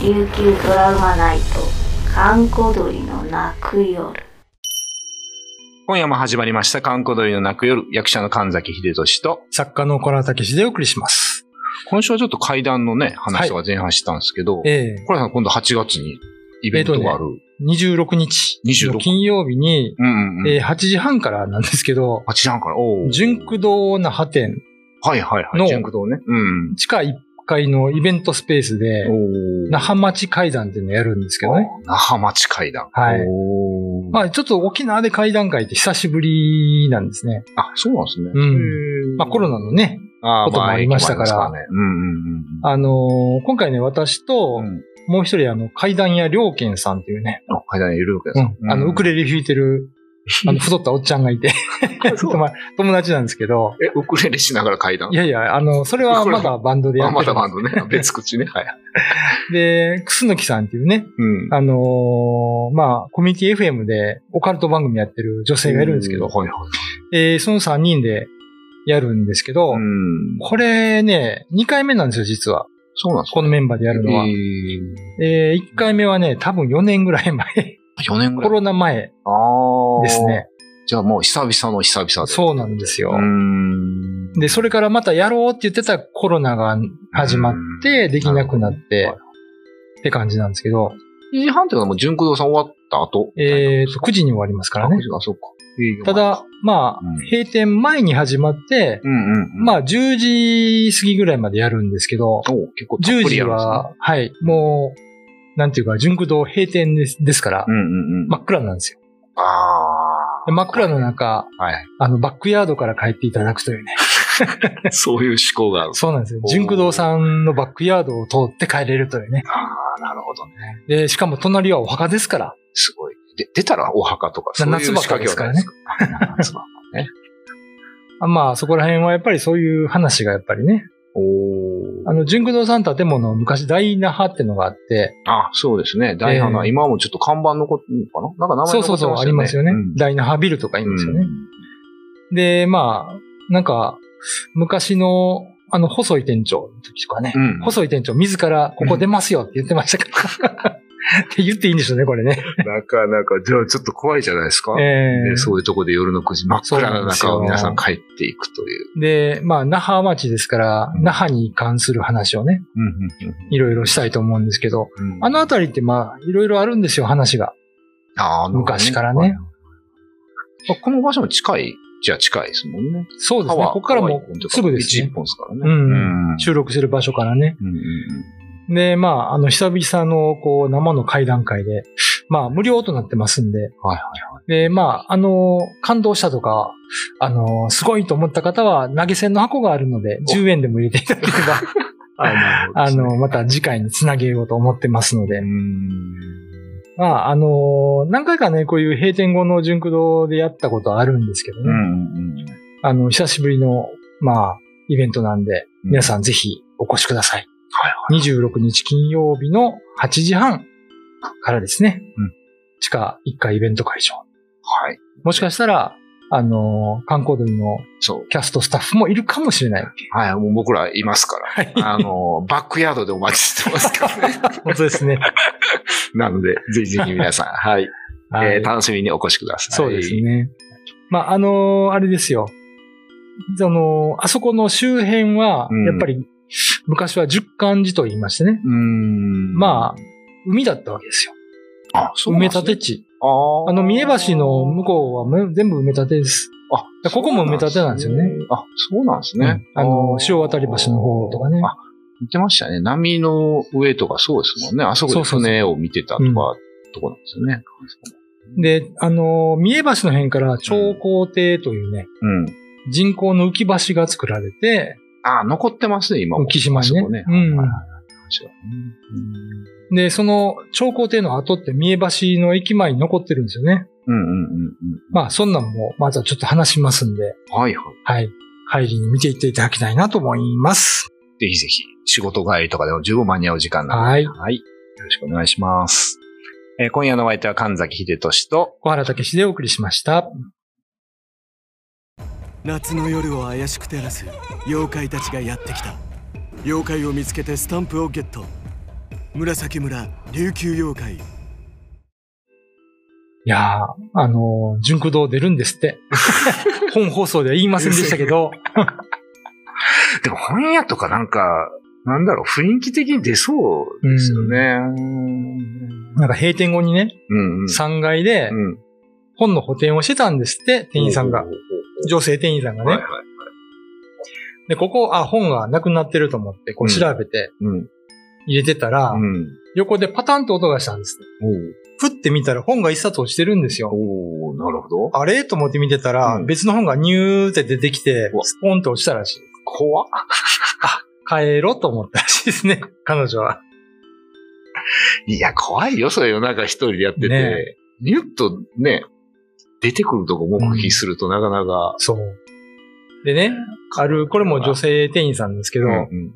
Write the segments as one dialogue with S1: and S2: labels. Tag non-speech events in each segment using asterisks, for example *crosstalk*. S1: 琉球ドラマナイト閑古鳥の泣く夜
S2: 今夜も始まりました、観光鳥の泣く夜、役者の神崎秀俊と、
S3: 作家の小原武史でお送りします。
S2: 今週はちょっと階段のね、話とか前半してたんですけど、
S3: え
S2: 小原さん今度8月にイベントがある。
S3: え26日
S2: 26
S3: の金曜日に、
S2: うんうんうん。
S3: えー8時半からなんですけど、
S2: 8時半から、おー
S3: 純駆堂那覇店、
S2: はいはいは
S3: の
S2: い。純駆動ね。うん。
S3: 地下1階のイベントスペースで、
S2: お
S3: 那覇町会談っていうのをやるんですけどね。。
S2: 那覇町階段。
S3: はい
S2: おー
S3: まあちょっと沖縄で会談会って久しぶりなんですね。
S2: あ、そうなんですね。
S3: うん
S2: へー
S3: まあコロナのね、
S2: あー
S3: こともありましたから
S2: まあ影響もありますねうん
S3: あのー今回ね、私と
S2: うんうん。うん。
S3: もう一人あの、階段屋良健さんっていうね、
S2: あ階段緩くやつ。
S3: うん、あの、ウクレレ弾いてる、
S2: *laughs*
S3: あの、太ったおっちゃんがいて、
S2: そう
S3: 友 *laughs* 友達なんですけど、
S2: え、ウクレレしながら階段
S3: いやいや、あの、それはまだバンドでや
S2: あ、
S3: って
S2: ま
S3: る
S2: だバンドね。別口ね。はい。
S3: で、くすのきさんっていうね、
S2: うん。
S3: あのーまあ、コミュニティ FM でオカルト番組やってる女性がいるんですけ
S2: う
S3: ど、
S2: はいはい。
S3: えーその3人でやるんですけど、
S2: うん。
S3: これね、2回目なんですよ、実は。
S2: そうなんです
S3: このメンバーでやるのは。
S2: え
S3: え1回目はね、多分4年ぐら
S2: *laughs*
S3: い前、
S2: ー、4年ぐ
S3: コ
S2: らい。
S3: ロナ前
S2: ああ。
S3: です。ね。
S2: じゃあもう久々の久々で。
S3: そうなんですよ。
S2: うーん。
S3: で、それからまたやろうって言ってたコロナが始まって、
S2: うん
S3: できなくなっ
S2: な
S3: て
S2: るほ、
S3: って感じなんですけど、
S2: 1時半っていうのはもう純駆動さん終わった後。
S3: えっと、9時に終わりますからね。
S2: あ、そうか。営業
S3: た
S2: 前、
S3: だ、まあ
S2: うん、
S3: 閉店前に始まって、
S2: うんうん、うん。
S3: ま
S2: あ、
S3: あ、10時過ぎぐらいまでやるんですけど、
S2: お結構たっ
S3: 10
S2: ぷり
S3: 時
S2: やるんですね。
S3: は、はい、もう、なんていうか、純駆堂閉店ですですから
S2: う、んうんうん。
S3: 真っ暗なんですよ。
S2: ああ
S3: で真っ暗の中、
S2: ー。はい。 *laughs*
S3: あの、バックヤードから帰っていただくというね。
S2: そういう思考がある。
S3: そうなんですよ
S2: お。ー
S3: 純駆堂さんのバックヤードを通って帰れるというね。
S2: あ
S3: *laughs*
S2: あ、なるほどね。
S3: で、しかも隣はお墓ですから、
S2: すごい。で、出たらお墓とか、そういう
S3: な
S2: 仕掛けはないですか夏
S3: *laughs*
S2: 場。
S3: あまあ、そこら辺はやっぱりそういう話がやっぱりね、
S2: お
S3: あの、純駆堂さん建物、昔大那覇ってのがあって、
S2: あ、そうですね。大花、
S3: ええ
S2: 今もちょっと看板残ってんのかななんか名前残
S3: そ
S2: っ
S3: う
S2: て
S3: そ
S2: ま
S3: う
S2: すよね。
S3: そう、ありますよね。
S2: うん
S3: 大那覇ビルとか言うんですよ
S2: う
S3: ね。
S2: ん
S3: で、まあ、なんか、昔の、あの、細い店長の時とかね、
S2: うん
S3: 細い店長自らここ出ますよって言ってましたから。 *laughs* って言っていいんでしょうね、これね。
S2: なかなか、じゃあちょっと怖いじゃないですか。
S3: え
S2: ね
S3: ー
S2: そういうとこで夜の9時、真っ暗な中を皆さん帰っていくという。
S3: で、まあ、那覇町ですから、
S2: うん
S3: 那覇に関する話をね、いろいろしたいと思うんですけど、あのあたりってまあ、いろいろあるんですよ、話が。
S2: あー
S3: 昔から。
S2: なる
S3: ね
S2: ほどまあこの場所も近い、じゃあ近いですもんね。
S3: そうですね。ここからもうすぐです
S2: 1
S3: ね。
S2: 本ですからね。
S3: うん
S2: うん
S3: 収録する場所からね。
S2: うんうんうん
S3: で、まあ、あの、久々の、こう、生の会談会で、まあ、無料となってますんで、
S2: はいはいはい。
S3: で、まあ、あの、感動したとか、あの、すごいと思った方は、投げ銭の箱があるので、
S2: お
S3: 10円でも入れてい
S2: *laughs*
S3: ただければ、
S2: あなるほど
S3: *laughs* あ
S2: ですね
S3: の、また次回につなげようと思ってますので
S2: う、ん
S3: まあ、あの、何回かね、こういう閉店後の純駆堂でやったことあるんですけど
S2: う
S3: ね、
S2: んうんうん
S3: あの、久しぶりの、まあ、イベントなんで、皆さんぜひお越しください。
S2: はい
S3: 26日金曜日の8時半からですね。
S2: うん
S3: 地下1階イベント会場。
S2: はい。
S3: もしかしたら、あのー観光鳥の
S2: そう。
S3: キャストスタッフもいるかもしれない。
S2: はい、もう僕らいますから。
S3: はい。
S2: あの、バックヤードでお待ちしてますから
S3: *laughs*
S2: ね。
S3: 本当ですね。
S2: なので、ぜひぜひ皆さん、はい、
S3: *laughs* はい
S2: えー楽しみにお越しください。
S3: そうです。ね。まあ、あのーあれですよ。その、あそこの周辺は
S2: うん、
S3: やっぱり、昔は十漢寺と言いましてね、
S2: うーん。
S3: ま海だったわけですよ。
S2: あ、あそう
S3: 埋
S2: なん
S3: め
S2: ですね
S3: 立て地。
S2: あー
S3: あの、三重橋の向こうはむ全部埋め立てです。
S2: あ、
S3: だからここも埋め立てなんですよね。
S2: あ、そうなんですね。
S3: うんあの潮渡り橋の方とかね
S2: あ、見てましたね。波の上とかそうですもんね。あそこ
S3: そ
S2: で
S3: うそうそう
S2: 船を見てたとか、とこなんですよね。
S3: で、あの、三重橋の辺から長江亭というね、
S2: うん。
S3: 人工の浮き橋が作られて、
S2: あ、残ってますね、今も。
S3: 浮島
S2: あ
S3: に
S2: そ
S3: ね
S2: こね。
S3: うん
S2: はいはいはい橋が
S3: で、その長江亭の跡って三重橋の駅前に残ってるんですよね。
S2: うんうんうんうん
S3: まあ、そんなんもまたちょっと話しますんで、
S2: うん。はいはい。
S3: はい。帰りに見ていっていただきたいなと思います。
S2: ぜひぜひ、仕事帰りとかでも十分間に合う時間なので。
S3: はい。
S2: はい。よろしくお願いします。えー今夜のお相手は神崎秀俊と、
S3: 小原武史でお送りしました。
S4: 夏の夜を怪しく照らす妖怪たちがやってきた妖怪を見つけてスタンプをゲット紫村琉球妖怪
S3: いやー、あのー、純駆堂出るんです
S2: *laughs*
S3: って。本放送では言いませんでしたけど、
S2: でも本屋とかなんか、なんだろう、雰囲気的に出そうですよね。うん。
S3: なんか閉店後にね、
S2: うん、うん。
S3: 3階で
S2: うん
S3: 本の補填をしてたんですって、店員さんが
S2: ほう。
S3: 女性店員さんが
S2: ほうほうはい
S3: ね。
S2: はい。
S3: で、ここ、あ、本がなくなってると思って、こう調べて
S2: うん。
S3: 入れてたら、
S2: うん。
S3: 横でパタンと音がしたんです。ふって見たら本が一冊落ちてるんですよ。
S2: おーおーなるほど。
S3: あれと思って見てたら、
S2: うん
S3: 別の本がニューって出てきて
S2: う、わ
S3: スポンと落ちたらしい。
S2: 怖っ
S3: 帰ろうと思ったらしいですね、 *laughs* 彼女は。
S2: いや、怖いよ、それ夜中一人でやって
S3: ね
S2: て。ニュッとね、出てくるとこ目撃するとなかなか。
S3: そう。でね、ある、これも女性店員さんですけど、
S2: うん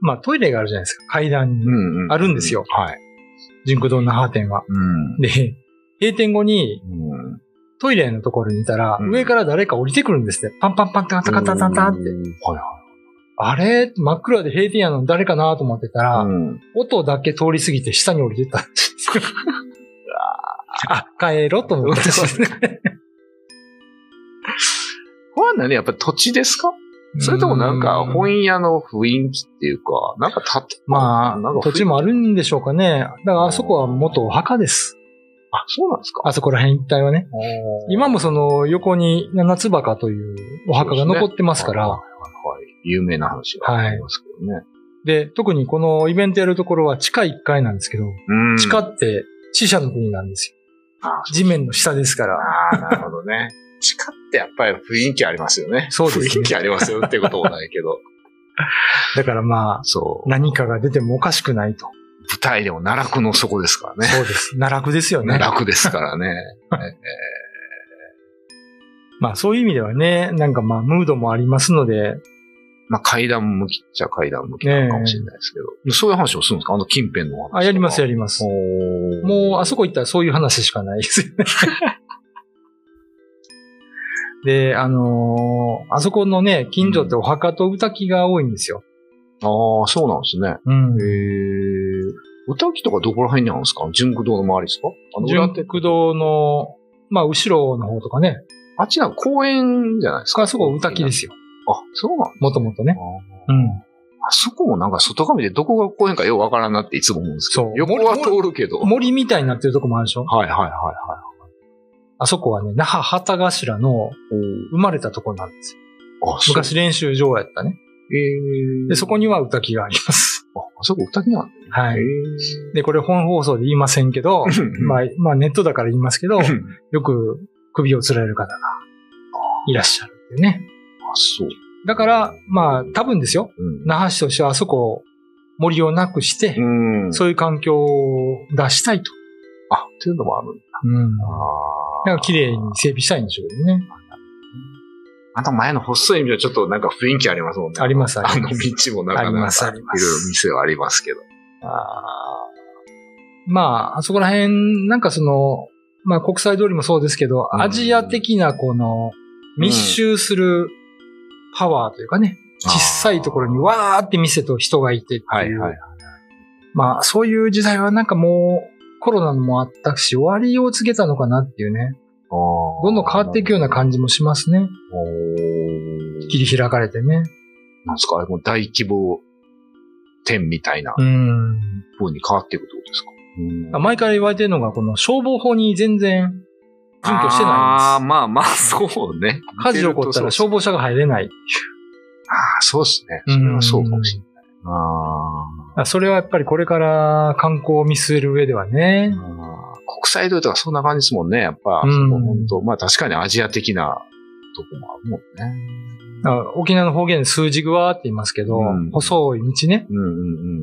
S3: まあトイレがあるじゃないですか、階段
S2: う
S3: に、
S2: んう
S3: あるんですよ
S2: はい。
S3: 純駆堂那覇店は。
S2: うん。
S3: で、閉店後に
S2: うん
S3: トイレのところにいたら、
S2: うん
S3: 上から誰か降りてくるんですって。パンパンパンタンタカタンタンタンって。
S2: はいは
S3: あれ真っ暗で閉店やのに誰かなと思ってたら、
S2: い。うん
S3: 音だけ通り過ぎて下に降りてったんですよ。あ、帰ろうと思って
S2: そうですね *laughs* これは何やっぱり土地ですかそれともなんか
S3: うん
S2: 本屋の雰囲気っていうか、なんか建て、
S3: まあ
S2: なんか、雰
S3: 土
S2: 囲気
S3: 地もあるんでしょうかね。だからあそこは元お墓です。
S2: あ、そうなんですか
S3: あそこら辺一帯はね。今もその横に七つ墓というお墓が残ってますか
S2: はい
S3: ら。
S2: はいはい有名な話がありますけどね。
S3: で、特にこのイベントやるところは地下1階なんですけど、
S2: うん
S3: 地下って死者の国なんですよ。
S2: あ
S3: 地面の下ですから。
S2: ああ、なるほどね。 *laughs* 地下ってやっぱり雰囲気ありますよね。
S3: そうですね
S2: 雰囲気ありますよってこともないけど。
S3: だからまあ、
S2: そう。
S3: 何かが出てもおかしくないと。
S2: 舞台でも奈落の底ですからね。
S3: そうです。 *laughs* 奈落ですよね。
S2: 奈落ですから
S3: *laughs*
S2: ね。
S3: まあそういう意味ではね、なんかまあムードもありますので、
S2: まあ階段向きっちゃ階段向きなのかもしれないですけど。そういう話もするんですかあの近辺のお話とか。
S3: あ、やりますやります。もうあそこ行ったらそういう話しかないです *laughs* よね。で、あのーあそこのね、近所ってお墓と歌木が多いんですよ。
S2: ああ、そうなんですね。
S3: うん。
S2: へえ。歌木とかどこら辺にあるんですか純駆堂の周りですかあの裏
S3: 純
S2: 手
S3: 国堂の、まあ後ろの方とかね、
S2: あっちなんか公園じゃないですか
S3: あそこ歌木ですよ。
S2: あ、そうなん
S3: もともとね。
S2: あー
S3: うん。
S2: あそこもなんか外紙でどこが公園かようわからんなっていつも思うんですけ
S3: そ
S2: ど
S3: う。
S2: 横は通るけど。はい
S3: 森みたいになってるとこもあるでしょ
S2: はいはいは
S3: あそこはね、那覇旗頭の生まれたとこなんですよ。
S2: い。あ、そう。
S3: 昔練習場やったね。
S2: えー、
S3: で、そこには歌木があります。
S2: あ、あそこ歌木なんだ。
S3: はい
S2: え。
S3: で、これ本放送で言いませんけど、
S2: ー。
S3: *laughs* ま
S2: あ、
S3: あ、まあネットだから言いますけど、
S2: あ、
S3: よく首を吊られる方がいらっしゃるっていうね。
S2: そう。
S3: だから、まあ多分ですよ。
S2: うん。
S3: 那覇市としてはあそこを森をなくして、
S2: うん。
S3: そういう環境を出したいと。
S2: あ、っていうのもあるんだ。
S3: うん。
S2: あー
S3: なんか綺麗に整備したいんでしょうけどね。
S2: あと前の細い道はちょっとなんか雰囲気ありますもんね。
S3: ありますあ
S2: あ
S3: り
S2: の
S3: ます
S2: 道もなかなか
S3: ありますあります
S2: いろいろ店はありますけど。あ
S3: まあ、あそこら辺、なんかその、まあ国際通りもそうですけど、
S2: うん
S3: アジア的なこの密集するパワーというかね、
S2: あー
S3: 小さいところにわーって店と人がいてっていう。
S2: あ。はいはい。
S3: まあ、そういう時代はなんかもう、コロナもあったし、終わりを告げたのかなっていうね。ど
S2: ど
S3: んどん変わっていくような感じもしますね。
S2: おー
S3: 切り開かれてね。
S2: なんですかあれも大規模店みたいな
S3: うん。
S2: 方に変わっていくってことですか
S3: あ毎回言われてるのが、この消防法に全然準拠して
S2: あ
S3: ない
S2: あー、
S3: んで
S2: まあまあ、そうね。
S3: す。火事起こったら消
S2: 負。
S3: 防車が入れない。
S2: ああ、そうですね。それはそうかもしれない。あ
S3: あそれはやっぱりこれから観光を見据える上ではね
S2: ー。あー。国際通りとかそんな感じですもんね。やっぱ、
S3: うん
S2: そこ本当まあ確かにアジア的なとこもあるもんね。
S3: あ沖縄の方言で数字グワーって言いますけど、
S2: うん
S3: 細い道ね。
S2: うんうんう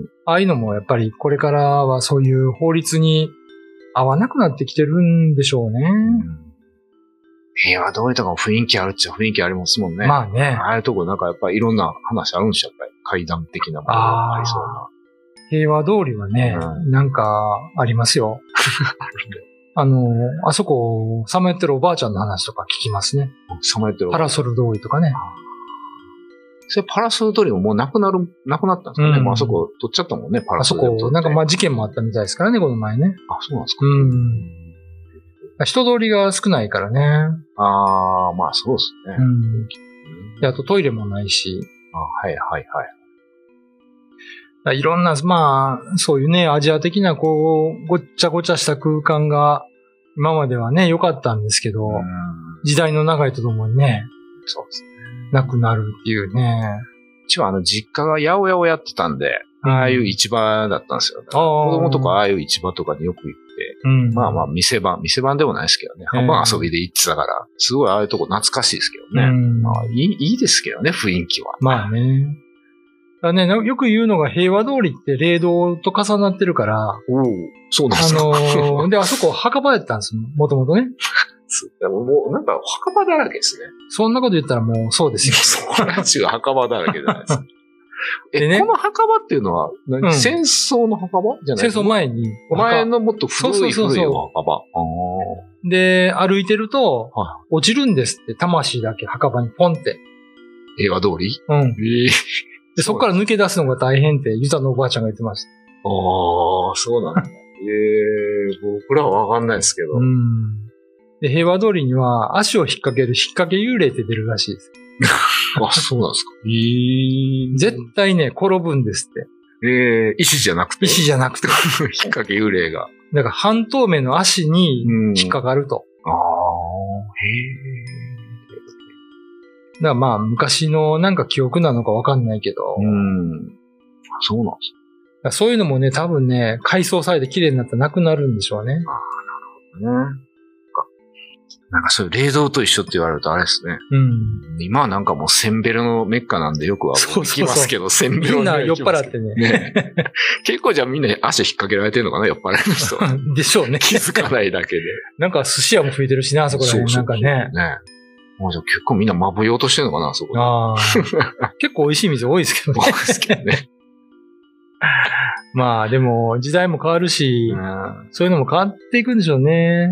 S2: ん。
S3: ああいうのもやっぱりこれからはそういう法律に合わなくなってきてるんでしょうね。
S2: 平和通りとかも雰囲気あるっちゃ雰囲気ありますもんね。
S3: まあね、
S2: ああいうとこなんかやっぱりいろんな話あるんでしょ、やっぱり。階段的なものがありそうな。
S3: 平和通りはね、
S2: う
S3: なんかありま
S2: *laughs*
S3: すよ。あの、あそこ、さまよってるおばあちゃんの話とか聞きますね。
S2: さまよってる。
S3: パラソル通りとかね。
S2: それパラソルトリオもうなくなる、なくなったんですかね。
S3: うん
S2: もうあそこ取っちゃったもんね、パ
S3: あ
S2: ラソ
S3: そ
S2: ルトリオ取
S3: こ、
S2: って。
S3: なんかまあ事件もあったみたいですからね、この前ね。
S2: あ、そうなんですか。
S3: うん。人通りが少ないからね。
S2: ああ、まあそうですね
S3: う。ん。
S2: うん
S3: で、あとトイレもないし。
S2: あはいはいはい。
S3: いろんな、まあ、そういうね、アジア的な、こう、ごっちゃごちゃした空間が、今まではね、良かったんですけど、
S2: うん
S3: 時代の流れとともにね、
S2: そうですね。
S3: なくなるっていうね。
S2: うちはあの実家が八百屋をやってたんで、ああいう市場だったんですよ。
S3: あー
S2: 子供とかああいう市場とかによく行って、
S3: うん、
S2: まあまあ店番、店番でもないですけどね。
S3: ええ
S2: 半分遊びで行ってたから、すごいああいうとこ懐かしいですけどね。
S3: うん
S2: まあいい、いいですけどね、雰囲気は。
S3: まあね。だからね、なよく言うのが平和通りって霊道と重なってるから、あ
S2: おお *laughs* そうなんですか。 *laughs*
S3: のーで、あそこ墓場やったんですもともとね。
S2: もうなんか墓場だらけですね。
S3: そんなこと言ったらもうそうですよ。
S2: そこら中墓場だらけじゃないですか。え、
S3: *laughs* でね
S2: この墓場っていうのは、何
S3: うん
S2: 戦争の墓場じゃない
S3: 戦争前に
S2: お
S3: 墓
S2: 前のもっと古い
S3: そうそうそう
S2: 古
S3: そう
S2: いお墓場。あ
S3: で、歩いてると
S2: は、
S3: 落ちるんですって、魂だけ墓場にポンって。
S2: ー平和通り
S3: うん。
S2: ええ
S3: で、そこから抜け出すのが大変って、ユタのおばあちゃんが言ってました。
S2: ああ、そう
S3: *laughs*
S2: なんだ。ええ僕らはわかんないですけど。
S3: うん。で、平和通りには、足を引っ掛ける引っ掛け幽霊って出るらしいです。
S2: あ、そうなんですか。え
S3: 絶対ね、転ぶんですって。
S2: え石じゃなくて。 *laughs*
S3: 石じゃなくて。
S2: 引っ掛け幽霊が。
S3: だから半透明の足に
S2: うん
S3: 引っかかると。
S2: ああ、へ
S3: だからまあ昔のなんか記憶なのかわかんないけど、
S2: え。うん。あそうなんです
S3: だからそういうのもね、多分ね、改装されて綺麗になったらなくなるんでしょうね。
S2: ね。なんかなんかそういう冷蔵と一緒って言われるとあれですね。
S3: うん。
S2: 今はなんかもうセンベロのメッカなんでよくは
S3: そ
S2: 行
S3: うそうそう
S2: きますけど、セ *laughs* ンベ
S3: み
S2: ロ
S3: ん
S2: には
S3: な酔
S2: 行
S3: っ
S2: きま
S3: 払
S2: す
S3: っ
S2: け
S3: て
S2: ど
S3: ね。
S2: ねえ。結構じゃあみんな足引っ掛けられてるのかな、酔っ払いの人
S3: *laughs*
S2: は。
S3: でしょ
S2: *laughs*
S3: うね。
S2: 気づかないだけで。
S3: なんか寿司屋も増えてるしな、あそこら辺なんかね。
S2: ね。もうじゃあ結構みんなまぶようとしてるのかな、あそこで。*laughs*
S3: ああ。結構美味しい店多いですけど
S2: 多
S3: ね
S2: い。ですけどね。
S3: *laughs* まあでも時代も変わるし、
S2: うん
S3: そういうのも変わっていくんでしょうね。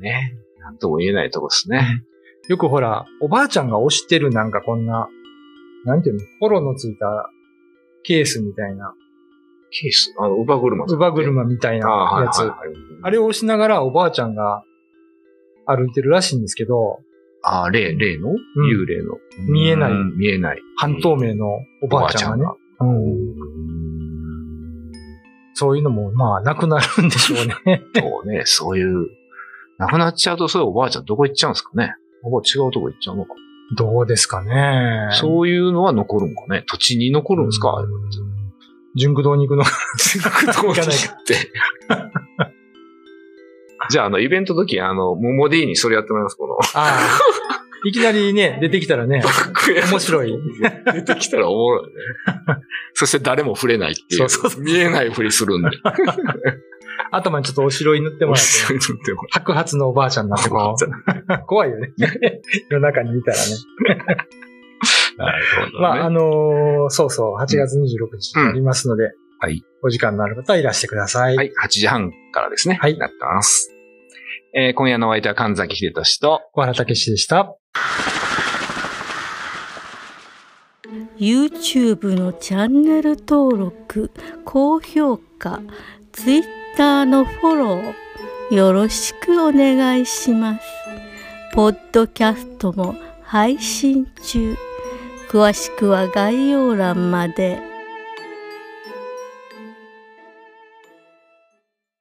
S2: ね。なんとも言えないとこですね。
S3: よくほら、おばあちゃんが押してるなんかこんな、なんていうの、ホロのついたケースみたいな、
S2: ケース、あの、乳母車
S3: 乳母車みたい
S2: ああ、
S3: なや
S2: はい
S3: つ
S2: は。いはい。
S3: あれを押しながらおばあちゃんが歩いてるらしいんですけど、
S2: ああ、霊、霊の、
S3: ん
S2: 幽霊の。
S3: 見えない
S2: うん見えない。
S3: 半透明のおばあちゃんがね。
S2: おば
S3: うんそういうのも、まあ、なくなるんでしょう
S2: *laughs*
S3: ね。
S2: そうね、そういう、亡くなっちゃうと、そういうおばあちゃんどこ行っちゃうんですかね。おばあ違うとこ行っちゃうのか。
S3: どうですかね。
S2: そういうのは残るんかね。土地に残るんですか、
S3: うん純駆動に行くのが。
S2: 行かないか
S3: 行 *laughs*
S2: って。じゃあ、あの、イベントの時、あの、モモディにそれやってもらいます、この。
S3: ああ。 *laughs* いきなりね、出てきた
S2: *laughs*
S3: らね、面白い。
S2: 出てきたらおもろいね。そして誰も触れないっていう。
S3: そうそう
S2: 見えないふりするんで。
S3: 頭にちょっとお白い塗ってもらって、
S2: 後ろに撮っても
S3: 白髪のおばあちゃんになって
S2: *laughs*
S3: こう。怖いよね。夜中に見たらね。
S2: なるほどね
S3: まあ、あのーそうそう、8月26日ありますので、
S2: はい。
S3: お時間のある方はいらしてください。
S2: はい、8時半からですね。
S3: はい
S2: なってます。えー今夜のお相手は神崎秀俊と、
S3: 小原武史でした。
S5: YouTube のチャンネル登録高評価 Twitter のフォローよろしくお願いしますポッドキャストも配信中詳しくは概要欄まで。